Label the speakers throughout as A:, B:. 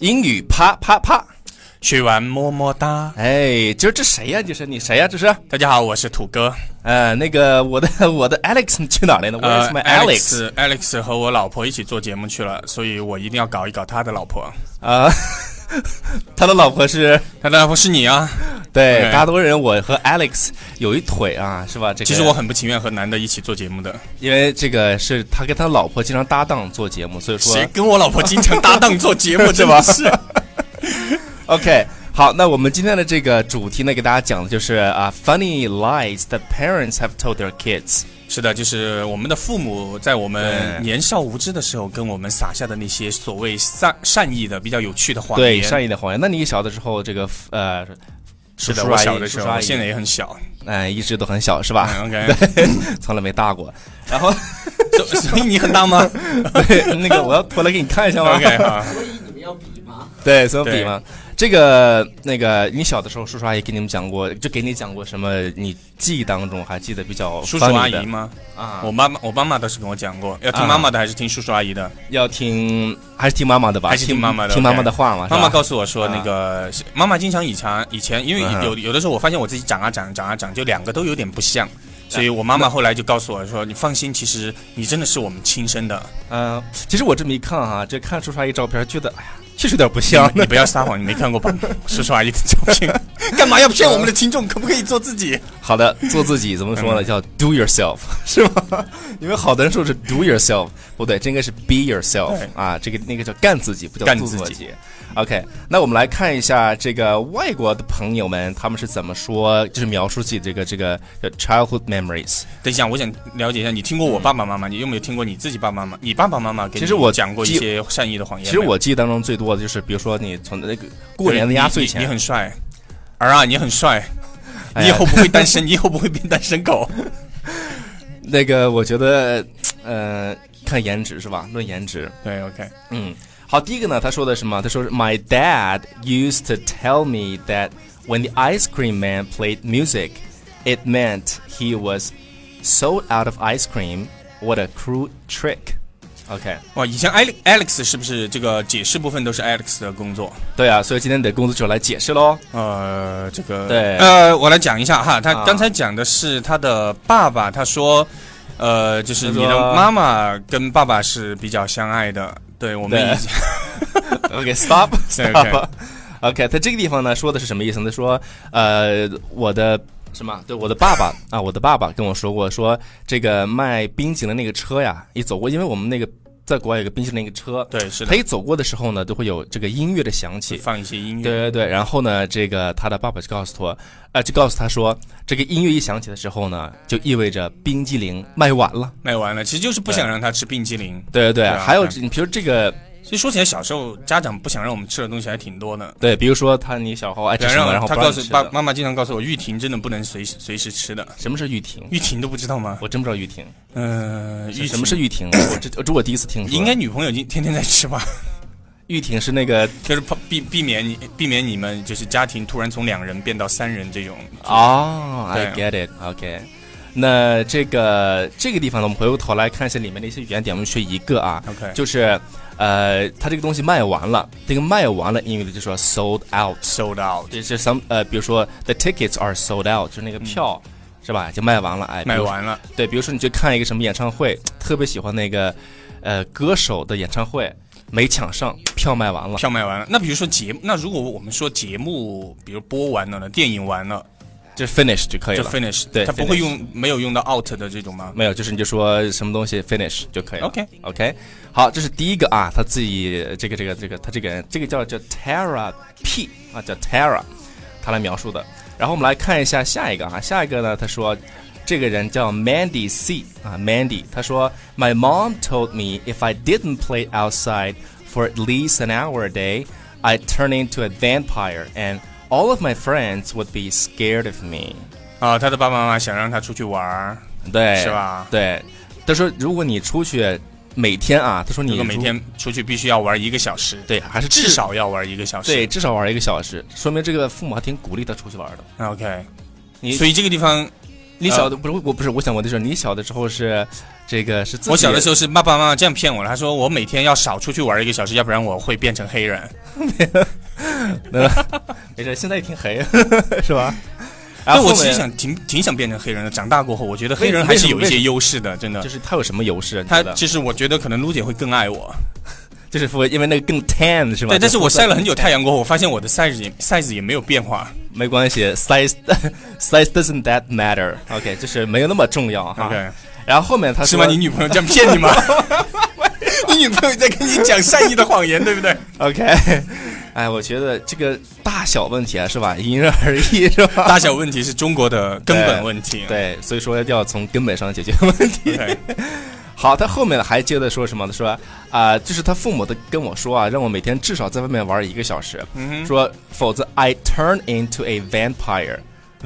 A: 英语啪啪啪。
B: 去玩么么哒。
A: 哎，今儿这谁呀、这是你谁呀、这是？
B: 大家好，我是土哥。
A: 呃，那个我的 我的 Alex 去哪儿来呢？Where's my Alex？
B: Alex Alex 呃和我老婆一起做节目去了，所以我一定要搞一搞他的老婆。
A: 啊、 他的老婆是
B: 他的老婆是你啊！
A: 对
B: OK
A: 嘎多人，我和 Alex 有一腿啊，是吧？这个
B: 其实我很不情愿和男的一起做节目的。
A: 因为这个是他跟他老婆经常搭档做节目，所以说
B: 谁跟我老婆经常搭档做节目，
A: 是
B: 真
A: 吧
B: 的是
A: OK，好，那我们今天的这个主题呢，给大家讲的就是啊、f u n n y lies that parents have told their kids。
B: 是的，就是我们的父母在我们
A: 对
B: 年少无知的时候，跟我们撒下的那些所谓善善意的、比较有趣的谎
A: 对，
B: 言。
A: 善意的谎言。那你小的时候，这个呃，
B: 是
A: 叔
B: 的，
A: 叔
B: 我
A: 阿姨
B: 小的时
A: 叔叔阿
B: 候，
A: 姨
B: 现在也 很小。
A: 哎，一直都很小是吧？
B: 嗯 OK，
A: 对，从来没大过。然后
B: 所所以你很大吗
A: 对那个，我要脱来给你看一下吗
B: ？OK 好，
C: 你们要比吗？
A: 对，怎么比吗？这个那个，你小的时候，叔叔阿姨给你们讲过，就给你讲过什么？你记忆当中还记得比较
B: 叔叔
A: funny
B: 阿
A: 的
B: 姨吗？
A: 啊，
B: 我妈妈，我妈妈倒是跟我讲过，要听
A: 啊
B: 妈妈的还是听叔叔阿姨的？
A: 要听还是听妈妈的吧？
B: 还是听妈妈的
A: 听妈妈
B: OK
A: 的话嘛。
B: 妈妈告
A: 诉
B: 诉我说，
A: 啊
B: 那个是妈妈经常以前以前，因为
A: 嗯哼
B: 有有的时候我发现我自己长啊长长啊长，就两个都有点不像，所以我妈妈后来就告诉我说，你放心，其实你真的是我们亲生的，
A: 嗯、其实我这么一看哈、这看叔叔阿姨照片，觉得哎呀，确实有点不
B: 你
A: 像。
B: 你不要撒谎，你没看 过吧？叔叔阿姨的照片，干嘛要骗我们的听众？可不可以做自己？
A: 好的，做自己怎么
B: 嗯
A: 说呢？叫 do yourself 是吗？因为好多人说是 do yourself，不对，这应该是 be yourself
B: 对
A: 啊，这个那个叫干自己，不叫
B: 干
A: 做
B: 自己
A: OK，那我们来看一下这个外国的朋友们他们是怎么说，就是描述自己这个这个叫 childhood memories。
B: 等一下，我想了解一下，你听过我爸爸妈妈，你有没有听过你自己爸爸妈妈？你爸爸妈妈给
A: 其实我
B: 你讲过一
A: 记
B: 些善意的谎言
A: 其
B: 没有。
A: 实我记忆当中最多的就是，比如说你从那个过
B: 对
A: 年的
B: 你
A: 压岁
B: 你
A: 钱，
B: 你很帅，儿啊，你很帅，
A: 哎
B: 你
A: 呀
B: 以后不会单身， 你以后不会变单 身狗。
A: 那个我觉得，呃，看颜值是吧？论颜值，
B: 对，OK，
A: 嗯，好，第一个呢，他说的什么？他说是 My dad used to tell me that when the ice cream man played music, it meant he was sold out of ice cream. What a cruel trick. OK，
B: 哇，以前 Alex Alex 是不是这个解释部分都是 Alex 的工作？
A: 对啊，所以今天得工作者来解释喽。
B: 呃，这个
A: 对
B: 呃，我来讲一下哈，他
A: 啊
B: 刚才讲的是他的爸爸，他说，呃，就是
A: 他
B: 你
A: 说
B: 的妈妈跟爸爸是比较相爱的，对我们
A: 对
B: 以前
A: OK，stop，stop、
B: 对
A: OK，他这个地方呢说的是什么意思呢？他说，呃，我的什么？对，我的爸爸啊，我的爸爸跟我说过，说这个卖冰淇淋那个车呀，一走过，因为我们那个在国外有个冰淇淋那个车，
B: 对是
A: 他
B: 的，
A: 一走过的时候呢，都会有这个音乐的响起。
B: 放一些音乐，
A: 对对对，然后呢，这个他的爸爸就告诉他，呃，就告诉他说，这个音乐一响起的时候呢，就意味着冰激凌卖完了。
B: 卖完了，其实就是不想让他吃冰激凌。
A: 对对对，
B: 对啊
A: 还有
B: 对
A: 你比如这个，
B: 其实说起来，小时候家长不想让我们吃的东西还挺多的。
A: 对，比如说他你小时候爱吃什
B: 然
A: 么，然后
B: 后他
A: 不让
B: 告
A: 你
B: 诉
A: 吃
B: 爸
A: 的
B: 妈妈经常告诉我，玉婷真的不能随时随时吃的，呃
A: 什么是玉婷？
B: 玉婷都不知道吗？
A: 我真不知道玉婷，
B: 嗯、呃，玉婷
A: 什么是玉婷？我这这我第一次听说。
B: 应该女朋友已经天天在吃吧，
A: 玉婷是那个
B: 就是怕避避免你避免你们就是家庭突然从两人变到三人这种。
A: 哦
B: 对
A: ，I get it。OK，那这个这个地方呢，我们回过头来看一下里面的一些语言点，我们学一个啊，
B: OK，就
A: 就是呃，它这个东西卖完了，这个卖完了，英语里就说 sold out。
B: sold out，嗯
A: 这是 some 呃，比如说 the tickets are sold out，就是那个票、是吧，就卖完了，哎，比如
B: 卖
A: 说
B: 完了。
A: 对，比如说你去看一个什么演唱会，特别喜欢那个呃歌手的演唱会，没抢上，票卖完了。
B: 票卖完了，那比如说节目，那如果我们说节目，比如播完了呢，电影完了，
A: 就是 finish 就可以
B: 就
A: 了。
B: finish，
A: 对
B: 他不会用没有用到 out 的这种吗？
A: 没有，就是你就说什么东西 finish 就可以了。
B: OK
A: OK，好，这是第一个啊，他自己这个这个这个他这个人，这个叫叫 Tara P 啊，叫 Tara，他来描述的。然后我们来看一下下一个啊，下一个呢，他说这个人叫 Mandy C 啊，Mandy，他说 My mom told me if I didn't play outside for at least an hour a day, I'd turn into a vampire and all of my friends would be scared of me。
B: 啊，他的爸爸妈妈想让他出去玩儿，
A: 对，
B: 是吧
A: 对，他说如果你出去每天啊，他说你
B: 如果每
A: 如
B: 天出去必须要玩一个小时，
A: 对还是
B: 至少要玩一个小时。
A: 对至少玩一个小时，说明这个父母还挺鼓励他出去玩的。
B: OK，
A: 你呃
B: 所以这个地方
A: 你小的不是我不是我想问的是，你小的时候是这个是自己
B: 呃我小的时候是爸爸妈妈这样骗我的，他说我每天要少出去玩一个小时，要不然我会变成黑人。
A: 没事，现在也挺黑 是吧？然
B: 但
A: 后
B: 我
A: 后
B: 其
A: 面
B: 实想挺挺想变成黑人的，长大过后，我觉得黑人还是有一些优势的，真的
A: 就。是他有什么优势啊？你觉
B: 他
A: 得
B: 其实我觉得可能卢姐会更爱我，
A: 就是说因为那个更 tan 是吧？
B: 对，但是我晒了很久太
A: 阳，
B: 阳过后，我发现我的 size 也 size 也没有变化。
A: 没关系，size size doesn't that matter。OK，就是没有那么重要哈。
B: OK，
A: 然后后面他
B: 是
A: 说
B: 吗？你女朋友这样骗你 吗？你女朋友在跟你讲善意的谎言，对不对？
A: OK，哎，我觉得这个大小问题啊，是吧？因人而异，是吧？
B: 大小问题是中国的根本问题。
A: 对，所以说一定要从根本上解决问题。
B: OK，
A: 好，他后面还接着说什么呢？说啊、就是他父母的跟我说啊，让我每天至少在外面玩一个小时，
B: 嗯
A: 说否则 I turn into a vampire。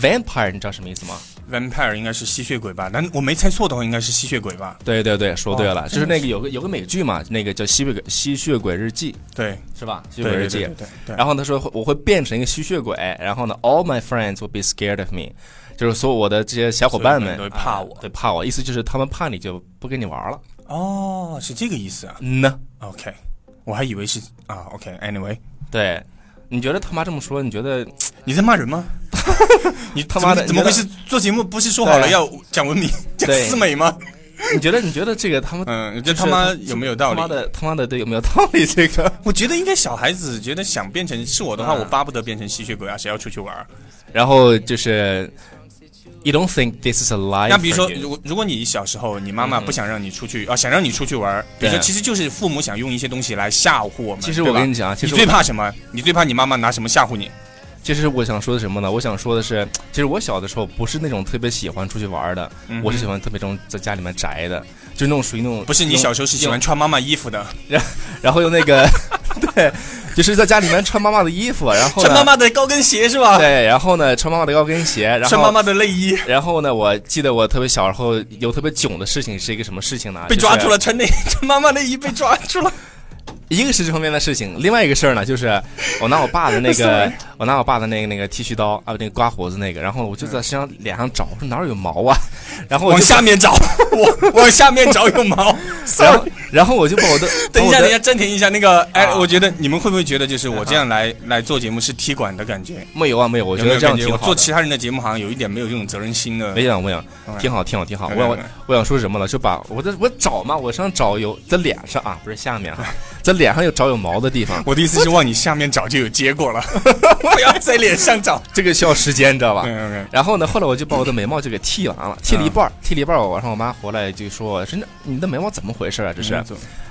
A: vampire 你知道什么意思吗？
B: 哼，vampire 应该是吸血鬼吧？那我没猜错的话，应该是吸血鬼吧？
A: 对对对，说对了，
B: 哦
A: 就是那个有个有个美剧嘛，那个叫《吸血鬼吸血鬼日记
B: 对，》
A: 是吧？吸
B: 对
A: 血鬼
B: 对
A: 日记。
B: 对对对。
A: 然后他说会我会变成一个吸血鬼，然后呢，all my friends will be scared of me，就是所有我的这些小伙伴们
B: 所有人都会怕我
A: 啊对怕我，意思就是他们怕你就不跟你玩了。
B: 哦，是这个意思啊。
A: 嗯呢，
B: OK，我还以为是啊。OK，Anyway，、
A: 对，你觉得他妈这么说，你觉得
B: 你在骂 人吗？你
A: 他妈的
B: 怎么
A: 你
B: 会
A: 觉
B: 是做节目不是说好了
A: 对
B: 要讲文明、讲
A: 对
B: 思美吗？
A: 你觉得你觉得这个他妈
B: 嗯，这他妈有没有 道
A: 他妈
B: 理？
A: 的他妈的对有没有道理？这个
B: 我觉得应该小孩子觉得想变成是我的话，
A: 嗯
B: 我巴不得变成吸血鬼啊，谁要出去玩儿？
A: 然后就是，You don't think this is a lie？
B: 那比如说，
A: for you
B: 如果如果你小时候，你妈妈不想让你出去啊，想让你出去玩儿，比如说，
A: 对
B: 其实就是父母想用一些东西来吓唬我们。
A: 其实
B: 对
A: 我
B: 吧
A: 跟你讲啊，其
B: 你
A: 实
B: 最
A: 我
B: 怕什么？你最怕你妈妈拿什么吓唬你？
A: 其实我想说的什么呢？我想说的是，其实我小的时候不是那种特别喜欢出去玩的，
B: 嗯哼
A: 我是喜欢特别这种在家里面宅的，就那种属于那种
B: 不是你
A: 用
B: 小时候是喜欢穿妈妈衣服的，
A: 然后用那个， 对，就是在家里面穿妈妈的衣服，然后呢
B: 穿妈妈的高跟鞋是吧？
A: 对，然后呢穿妈妈的高跟鞋，然后
B: 穿妈妈的内衣，
A: 然后呢，我记得我特别小时候有特别囧的事情是一个什么事情呢？
B: 被抓
A: 就是
B: 住了，穿内 穿妈妈内衣被抓住了。
A: 一个是这方面的事情，另外一个事儿呢，就是我拿我爸的那个
B: Sorry，
A: 我拿我爸的那个那个剃须刀啊，那个刮胡子那个，然后我就在身上脸上找，我说哪儿有毛啊？然后我
B: 往
A: 就
B: 下 面找，往往下面找有毛。
A: 然
B: Sorry，
A: 后然后我就把 我的
B: 等一下，
A: 把我
B: 等
A: 的
B: 一下，暂停一下。那个，哎，
A: 啊
B: 我觉得你们会不会觉得，就是我这样来来做节目是踢馆的感觉？
A: 没有啊没有，我觉
B: 有没
A: 得
B: 有
A: 这样
B: 感觉
A: 挺
B: 我
A: 好
B: 做哎
A: 的。
B: 其他人的节目好像有一点没有这种责任心的。
A: 没想没想，
B: OK
A: 挺好挺好挺好。
B: OK，
A: 我我
B: OK
A: 我想说什么了？就把我在我找嘛，我身上找有在脸上啊，不是下面哈、 在脸上有找有毛的地方，
B: 我的意思是往你下面找就有结果了， 不要在脸上找。
A: 这个需要时间，你知 道吧？
B: 对对
A: 然后呢，后来我就把我的眉毛就给剃完了，剃了一半
B: 嗯
A: 儿，剃了一半儿，我让我妈回来就说：“真的，你的眉毛怎么回事啊？这
B: 对，
A: 是。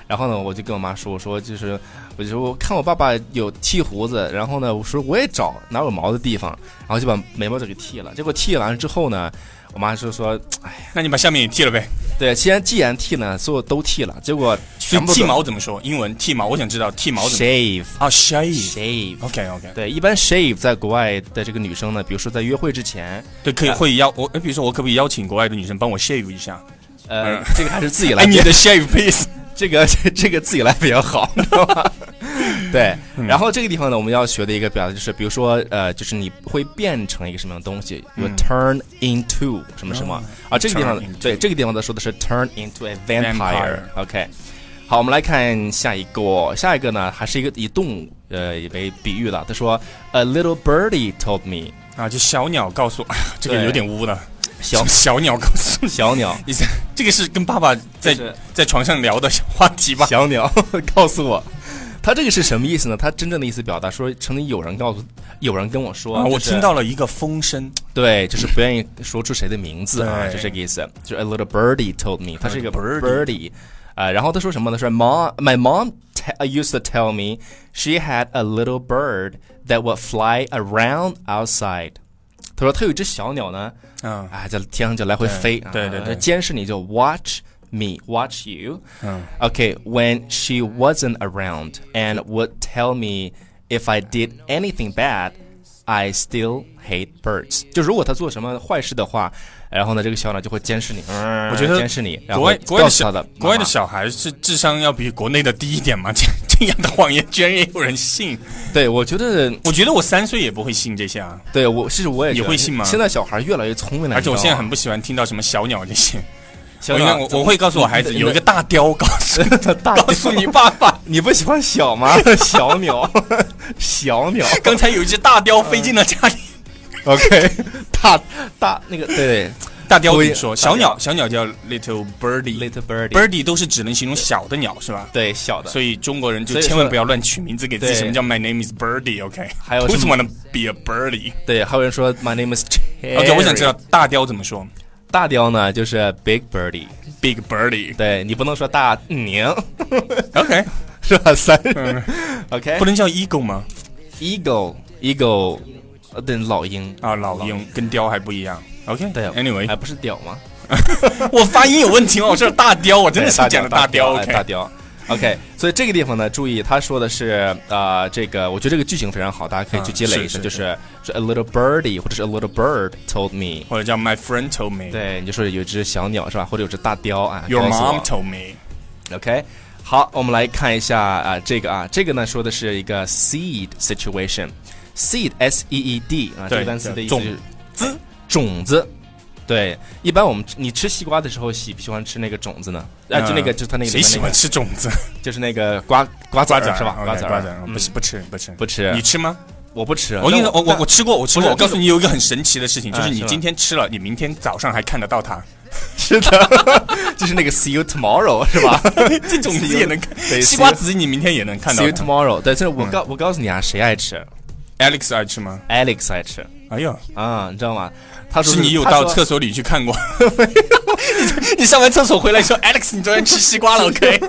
A: 然后呢，我就跟我妈说：“我说就是，我就说我看我爸爸有剃胡子，然后呢，我说我也找哪有毛的地方，然后就把眉毛就给剃了。结果剃完之后呢，我妈就说：‘
B: 那你把下面也剃了呗。
A: 对，既然既然剃了，所有都剃了，结果
B: 所
A: 全
B: 以
A: 部
B: 剃毛怎么说？英文剃毛，我想知道剃毛怎么
A: shave
B: 啊？shave。
A: shave。
B: OK OK，
A: 对，一般 shave 在国外的这个女生呢，比如说在约会之前，
B: 对，可以
A: 啊
B: 会邀我，哎，比如说我可不可以邀请国外的女生帮我 shave 一下？
A: 呃
B: 嗯，
A: 这个还是自己
B: 哎，
A: 来比
B: 你的 shave please。
A: 这个 这个自己来比较好，知道吧？对，然后这个地方呢，我们要学的一个表达就是，比如说，呃，就是你会变成一个什么样的东西，比如
B: 嗯哦
A: turn into 什么什么、啊，这个地方
B: turn into
A: 对这个地方他说的是 turn into a
B: Vampire
A: vampire，OK、好，我们来看下一个，下一个呢还是一个以动物呃为比喻的。他说，A little birdie told me，
B: 啊，就小鸟告诉，哎呀，这个
A: 对
B: 有点污了。
A: 小
B: 什么小鸟告诉，
A: 小鸟
B: 你这这个是跟爸爸在
A: 就是
B: 在床上聊的话题吧？
A: 小鸟 告诉我，他这个是什么意思呢？他真正的意思表达说，曾经有人告诉，有人跟我说，
B: 啊，我
A: 就是
B: 听，到了一个风声，
A: 对，就是不愿意说出谁的名字啊，
B: 对
A: 就这个意思。就是 a little birdie told me，他是一个
B: birdie
A: birdie，啊、然后他说什么呢？说 mom my mom te- used to tell me she had a little bird that would fly around outside。他说他有一只小鸟呢，
B: 嗯
A: 啊，在天上就来回飞，啊
B: 对对对
A: 监视你就 watch me，watch you。
B: 嗯
A: Okay, when she wasn't around and would tell me if I did anything bad, I still hate birds。就如果他做什么坏事的话，然后呢，这个小鸟就会监视你。
B: 我觉得
A: 监视哎你，然
B: 国
A: 后
B: 外国外
A: 告
B: 的
A: 诉
B: 小
A: 他的
B: 国外的
A: 妈
B: 小孩是智商要比国内的低一点吗？ 这这样的谎言居然也有人信？
A: 妈对我觉得，
B: 我觉得我三岁也不会信这些啊，
A: 对我是我也
B: 你
A: 觉得
B: 会信吗
A: 现在小孩越来越聪明了，
B: 而且我
A: 你知
B: 现在
A: 道吗
B: 很不喜欢听到什么小鸟这些。
A: 小
B: 我应
A: 鸟
B: 该我我会告诉我孩子，
A: 你
B: 有一个大雕 告 诉
A: 大
B: 告诉你爸爸，
A: 你不喜欢小吗？小鸟，小鸟。
B: 刚才有一只大雕飞进了家里。
A: 嗯 OK，大大那个对
B: 大雕
A: 我
B: 怎
A: 也
B: 么说？
A: 大雕
B: 小鸟小鸟叫 little birdie，birdie
A: ，little bird，
B: 都是只能形容小的鸟是吧？
A: 对小的，
B: 所以中国人就
A: 所以说
B: 千万不要乱取名字给自己。
A: 对
B: 什么叫 My name is birdie？OK，、
A: 还有
B: Who's
A: 什么
B: wanna be a birdie？OK，、
A: 对还有人说 my name is Cherry。
B: OK，我想知道大雕怎么说
A: 大雕呢，就是 big birdie，
B: ，Big birdie。
A: 对你不能说大宁
B: OK，
A: 是吧？三
B: 嗯
A: OK，
B: 不能叫 eagle 吗？
A: eagle eagle，呃，对老鹰，
B: 啊，老鹰跟雕还不一样。OK，
A: 对哎
B: ，Anyway，
A: 还不是屌吗？
B: 我发音有问题吗？我说大雕，我真 的
A: 对
B: 是
A: 大
B: 讲
A: 雕哎
B: 的大雕。
A: 大
B: OK，
A: 雕。OK，所以这个地方呢，注意他说的是啊、呃这个我觉得这个剧情非常好，大家可以去积累一下，
B: 嗯是是
A: 就是是 a little birdie 或者是 a little bird told me，
B: 或者叫 My friend told me，Your
A: 对，你就说有一只小鸟是吧，或者有只大雕啊告诉我
B: mom told me。
A: OK，好，我们来看一下啊、这个啊，这个呢说的是一个 seed situation。seed s e e d 啊，这个
B: 对
A: 单词的
B: 对
A: 意思就是
B: 种子
A: 种子。对，一般我们吃你吃西瓜的时候喜不喜欢吃那个种子呢？啊，就那个，
B: 嗯
A: 就它那个
B: 谁
A: 里面
B: 喜
A: 那
B: 欢
A: 个，
B: 吃种子？
A: 就是那个瓜 瓜子
B: 瓜
A: 儿
B: 子儿
A: 是吧？
B: ？OK，
A: 瓜
B: 瓜
A: 子
B: 子
A: 儿，
B: 儿，
A: 嗯
B: 不吃不吃不吃
A: 不吃
B: 你，吃吗？
A: 我不吃。
B: 我跟
A: 但
B: 你说，我我
A: 但
B: 我吃过，我吃
A: 不是
B: 过。我告
A: 这
B: 诉你，有一个很神奇的事情，就是
A: 嗯
B: 你
A: 是吧
B: 今天吃了，你明天早上还看得 到它。
A: 是的，就是那个 see you tomorrow 是吧
B: 这种子也能看，
A: 对
B: 西瓜籽你明天也能看到嗯
A: ？see you
B: 它。
A: tomorrow。对，就是我告我告诉你啊，谁爱吃
B: Alex 爱吃吗？
A: ？Alex 爱吃
B: 哎呦，
A: 啊，你知道吗？他说
B: 是你有
A: 他
B: 到
A: 说
B: 厕所里去看过？ 你你上完厕所回来说，Alex，你昨天吃西瓜了？OK，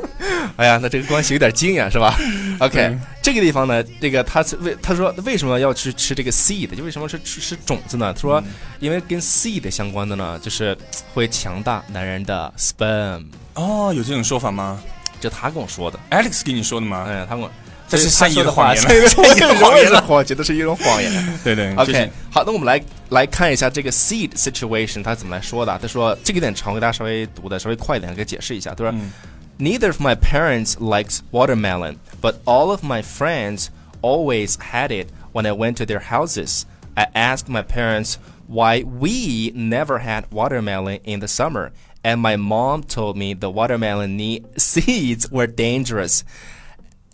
A: 哎呀，那这个关系有点近呀，是吧？OK，、这个地方呢，这个他是为他说为什么要去吃这个 seed，就为什么是吃吃种子呢？他说，
B: 嗯
A: 因为跟 seed 相关的呢，就是会强大男人的 sperm，
B: 哦，有这种说法吗
A: 这他跟我说的。
B: ？Alex 跟你说的吗？
A: 哎呀，他跟我
B: 这是
A: 所以他
B: 善意
A: 说
B: 的
A: 的话，
B: 谎
A: 善意
B: 言了善意的
A: 的
B: 谎
A: 谎
B: 言
A: 言
B: 了
A: 了，我觉得是一种谎言。
B: 对对就是
A: OK，好，那我们来来看一下这个 seed situation 他怎么来说的。他说这个有点长，我给大家稍微读的稍微快一点，给解释一下。他说、
B: 嗯
A: n e i t h e r of my parents likes watermelon, but all of my friends always had it when I went to their houses. I asked my parents why we never had watermelon in the summer, and my mom told me the watermelon ne- seeds were dangerous.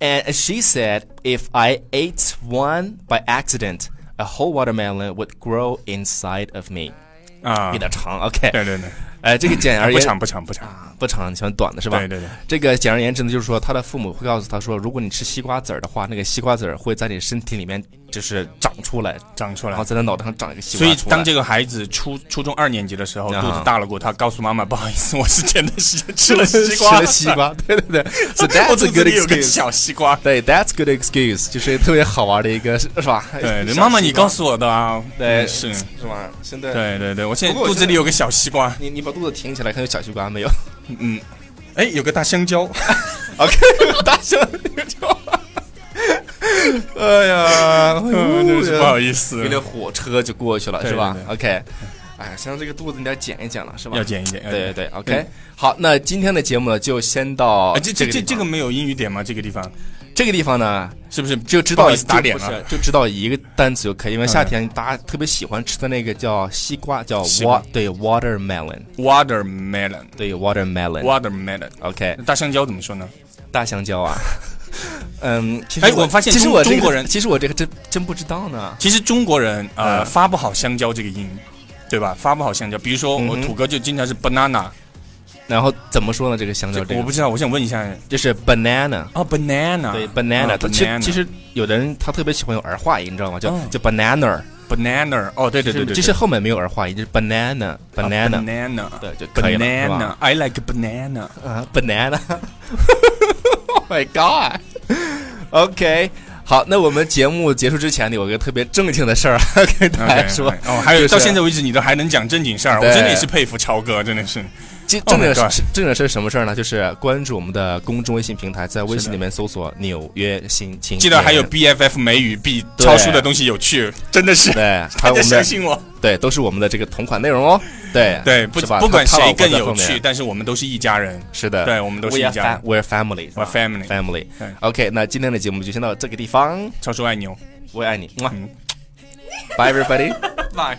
A: And she said if I ate one by accident, a whole watermelon would grow inside of me.
B: 啊
A: 有，点长，OK。
B: 对对对，
A: 哎，这个简而
B: 不
A: 言
B: 长不长不长。
A: 不长，你喜欢短的是吧？
B: 对对对。
A: 这个简而言之呢，就是说他的父母会告诉他说，如果你吃西瓜籽儿的话，那个西瓜籽儿会在你身体里面就是长出来，
B: 长出来
A: 然后在他脑袋上长一个西瓜
B: 所以，
A: 出来
B: 当这个孩子初初中二年级的时候，
A: 啊
B: 肚子大了过，他告诉妈妈：“不好意思，我是前段时间吃了西瓜，
A: 吃了西 瓜，对对对。So
B: 我
A: that's
B: 肚
A: a
B: 子
A: good
B: 里有个
A: excuse.
B: 小西瓜。
A: 对，that's good excuse，就是特别好玩的一个，是是吧？”
B: 对，
A: 小
B: 对妈妈，你
A: 西瓜
B: 告诉我的啊。
A: 对
B: 嗯是，
A: 是吧？现在
B: 对对对，我现在
A: 不过我
B: 肚子里有个小西瓜，
A: 你你把肚子挺起来，看有小西瓜没有
B: 嗯，哎，有个大香 蕉。
A: ？OK，大 象哎呀，
B: 嗯真 是不好意
A: 有
B: 思，
A: 点火车就过去了，
B: 对
A: 是吧
B: 对对
A: ？OK，哎，像这个肚子你得减一减了，是吧？
B: 要减一减。要
A: 对
B: 减
A: 对对，OK
B: 嗯。
A: 好，那今天的节目呢，就先到
B: 啊，这这这
A: 这
B: 这个没有英语点吗？这个地方
A: 这个地方呢，
B: 是不是
A: 就知
B: 不
A: 道
B: 好意思打脸
A: 就不
B: 了？
A: 是就知道一个单词就可以，因为夏天大家特别喜欢吃的那个叫西瓜，叫
B: 西瓜
A: wa 对 watermelon，
B: ？Watermelon，watermelon。
A: 对 watermelon。OK，
B: 大香蕉怎么说呢？
A: 大香蕉 啊，嗯，其
B: 哎
A: 实
B: 我发现
A: 其实
B: 中
A: 我这个
B: 中国人
A: 其实我这个真真不知道呢。
B: 其实中国人呃、
A: 嗯
B: 发不好香蕉这个音，对吧？发不好香蕉，比如说我
A: 嗯哼
B: 土哥就经常是 banana，、
A: 然后怎么说呢？这个香蕉，这
B: 我
A: 个
B: 不知道，我想问一下
A: 就是 banana。
B: 哦 banana，
A: 对，banana，
B: 啊
A: 它其实
B: banana
A: 其实有的人他特别喜欢有儿化音，你知道吗？叫
B: 嗯
A: 叫 banana，
B: banana，哦对对对对，
A: 就是
B: 对啊
A: 后面没有儿化音，就是 banana，banana，
B: banana
A: 对就可以了是吧
B: banana，I like banana，
A: 啊，banana，Oh my god，OK，好，那我们节目结束之前呢，有一个特别正经的事儿啊 跟大家
B: OK，
A: 说，
B: 哦还有
A: 就是
B: 到现在为止你都还能讲正经事儿，我
A: 对
B: 真的也是佩服超哥，真的是
A: 这正
B: Oh
A: 经
B: my
A: 是
B: God
A: 是正经是什么事儿呢？就是关注我们的公众微信平台，在微
B: 是
A: 信
B: 的
A: 里面搜索“纽约新青年”，
B: 记得还有 BFF 美语比
A: 对
B: 超叔的东西有趣，真的是
A: 对，还有
B: 大
A: 我们
B: 家
A: 的
B: 相信我。
A: 对，都是我们的这个同款内容哦。对
B: 对，不
A: 是吧
B: 不管
A: 他他老
B: 谁
A: 婆
B: 更
A: 在
B: 有
A: 后面
B: 趣，但是我们都是一家人。
A: 是的，
B: 对我们都是
A: We
B: 一
A: are
B: 家人
A: fa-，We're family，是
B: We're
A: 吧
B: family
A: family
B: 对。
A: OK，那今天的节目就先到这个地方，
B: 超叔爱你哦，
A: 我也爱你，么
B: 嗯
A: Bye everybody。
B: 拜。